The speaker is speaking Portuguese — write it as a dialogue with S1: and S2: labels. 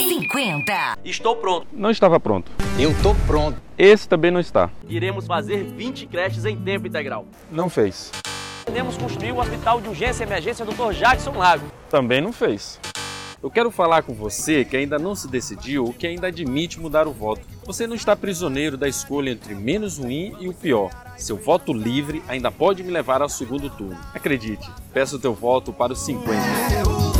S1: 50.
S2: Estou pronto.
S3: Não estava pronto.
S4: Eu tô pronto.
S3: Esse também não está.
S2: Iremos fazer 20 creches em tempo integral.
S3: Não fez.
S2: Iremos construir o hospital de urgência e emergência Dr. Jackson Lago.
S3: Também não fez.
S5: Eu quero falar com você que ainda não se decidiu ou que ainda admite mudar o voto. Você não está prisioneiro da escolha entre menos ruim e o pior. Seu voto livre ainda pode me levar ao segundo turno. Acredite, peço teu voto para os 50.